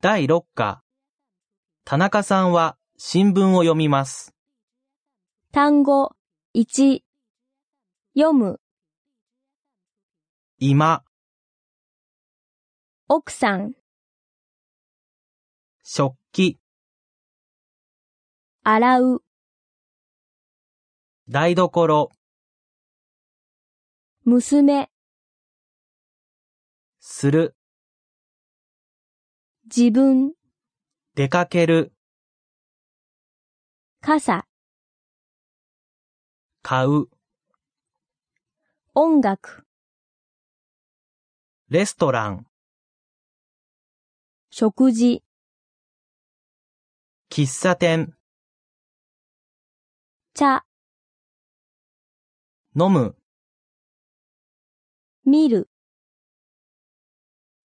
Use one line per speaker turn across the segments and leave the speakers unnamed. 第6課。田中さんは新聞を読みます。
単語、1、読む、
今、
奥さん、
食器、
洗う、
台所、
娘、
する、
自分、
出かける、
傘、
買う、
音楽、
レストラン、
食事、
喫茶店、
茶、
飲む、
見る、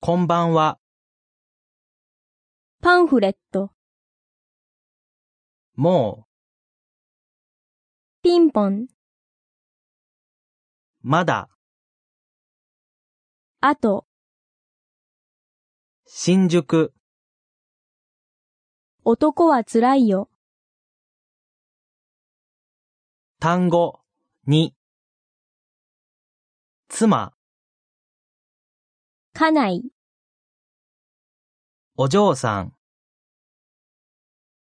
こんばんは、
パンフレット、
も
ピンポン、
う、まだ、
あと、
新宿、
男は辛いよ、
単語、に、妻、
家内、
お嬢さん、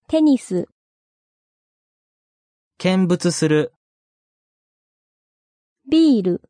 テニス、
見物する、
ビール、